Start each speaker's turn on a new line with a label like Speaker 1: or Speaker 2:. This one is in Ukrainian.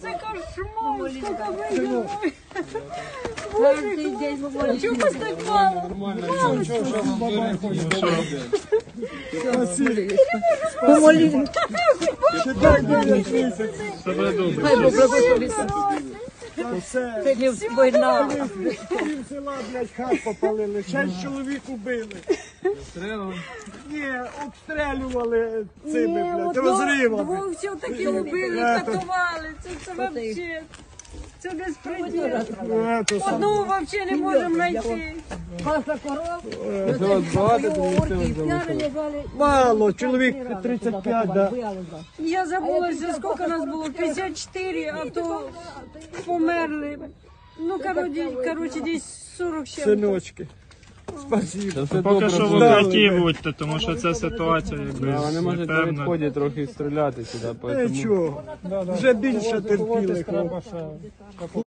Speaker 1: Це кошмар, сколько ви
Speaker 2: Каждый день говорит.
Speaker 1: Чому так мало?
Speaker 2: Помолись.
Speaker 3: Тебе добре.
Speaker 2: Хай Бог благословить. Це не війна.
Speaker 4: Пів села, блядь, хат попалили, шесть чоловік убили. Ні, обстрілювали цими, блядь, розривами.
Speaker 1: Двох все таки убили, катували. Це, це вообще, це безпреділ.
Speaker 4: Е, то сам.
Speaker 1: Одного вообще не можемо знайти.
Speaker 2: Паса коров,
Speaker 4: É Мало, чоловік 35, да.
Speaker 2: então.
Speaker 1: Я забулася, скільки нас було, 54, а то померли. Ну, короче, короче, десь 40 ще.
Speaker 4: синочки. Спасибо.
Speaker 3: Ну, Поки що в
Speaker 4: знали.
Speaker 3: укритті будьте, тому що ця ситуація якби
Speaker 5: Вони можуть на
Speaker 3: непевна.
Speaker 5: відході трохи стріляти сюди, поэтому...
Speaker 4: Нічого, вже більше терпіли. хлопці.